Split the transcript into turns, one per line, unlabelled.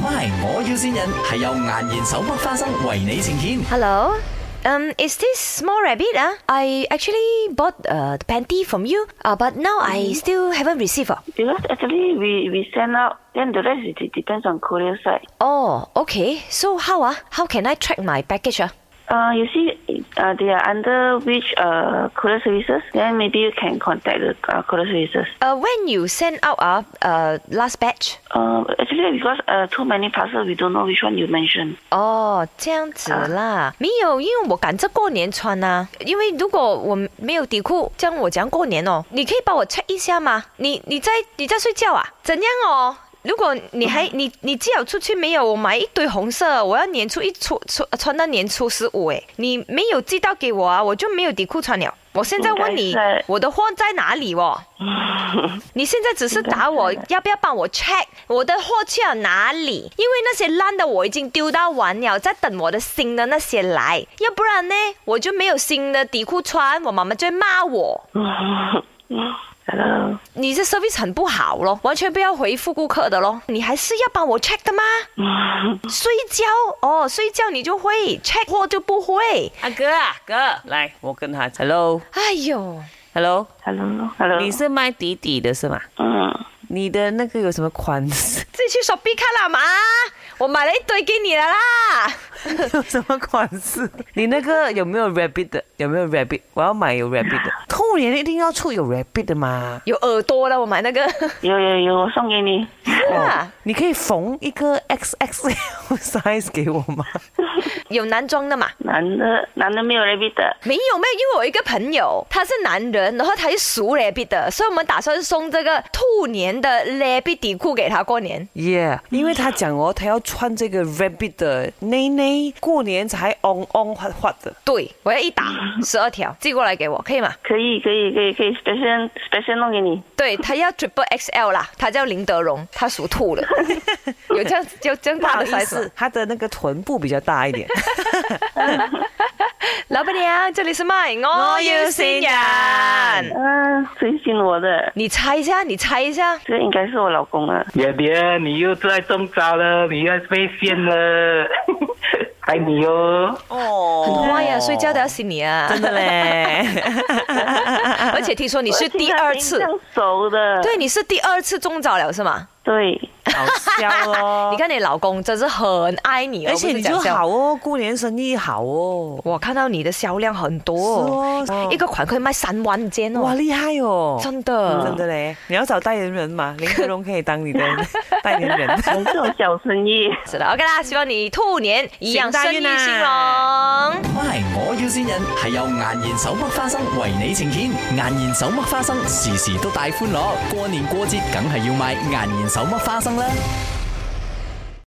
MY，我要先人係由顏然手剝花生為你呈現。
Hello. Um, is this small rabbit? Ah, I actually bought uh, the panty from you, uh, but now I still haven't received. ah.
Because actually we, we send out, then the rest it depends on courier side.
Oh, okay. So how ah? How can I track my package? ah?
Uh, you see, uh, they are under which uh, courier services, then maybe you can contact the uh, courier services.
Uh, when you send out ah, uh, last batch.
Uh, actually, because uh, too many parcels, we don't know which one you mentioned.
哦，这样子啦，没有，因为我赶着过年穿呐、因为如果我没有底裤，这样我怎样过年哦？你可以帮我 check 一下吗？你你在你在睡觉啊？怎样哦？如果你还你你既有出去没有？我买一堆红色，我要年初一出出穿到年初十五诶，你没有寄到给我啊，我就没有底裤穿了。我现在问你
应该是，
我的货在哪里哦？你现在只是打我，要不要帮我 check 我的货去了哪里？因为那些烂的我已经丢到完了，在等我的新的那些来，要不然呢，我就没有新的底裤穿，我妈妈就会骂我。
Hello.
你这 service 很不好咯，完全不要回复顾客的咯。你还是要帮我 check 的吗？睡觉哦，睡觉你就会 check 货就不会。
阿哥啊哥，来，我跟他 hello
哎呦，
hello，
Hello. Hello. Uh,
你是卖底底的是吗？
嗯，
你的那个有什么款式？
自己去 s h o p p 看啦嘛，我买了一堆给你了啦。
有什么款式？ 你那个有没有 rabbit 的？有没有 rabbit？我要买有 rabbit 的。兔年一定要出有 rabbit 的嘛？
有耳朵了，我买那个。
有有有，我送给你。
啊
你可以缝一个 XXL size 给我吗？
有男装的嘛？
男的男的没有 rabbit 的。
没有没有，因为我有一个朋友他是男人，然后他是熟 rabbit 的，所以我们打算送这个兔年的 rabbit 底裤给他过年。
耶、yeah,，因为他讲哦，他要穿这个 rabbit 的内内，过年才 on on 滑滑的。
对，我要一打十二条寄过来给我，可以吗？
可以可以可以可以，special special 弄给你。
对他要 triple XL 啦，他叫林德荣，他属兔的， 有这样就这样
不
大
好
的
意
size 吗
思，他的那个臀部比较大一点。
老板娘，这里是麦，我要新人。
嗯、最信我的，
你猜一下，你猜一下，
这应该是我老公了。
别别，你又在中招了，你又被骗了， 爱你哦。
哦，
很乖呀、睡觉都要醒你啊，
真的嘞。
而且听说你是第二 次
这，样熟的。
对，你是第二次中招了是吗？
对，
好笑哦
你看你老公真是很爱你，
而且
不
你
是讲
就
笑
好。哦，过年生意好哦，
我看到你的销量很多，
是哦
一个款可以卖三万件
哇
哦，
厉害哦，
真的。
真的嘞，你要找代言人嘛，林德荣可以 当你的代言人。
我们这种小生意。
是的，OK 啦，希望你兔年一样
行大
生意
运啊
兴隆。
MY，我要先人係由顏然手剝花生為你呈現。顏然手剝花生時時都帶歡樂，過年過節梗係要買顏然手剝花生啦。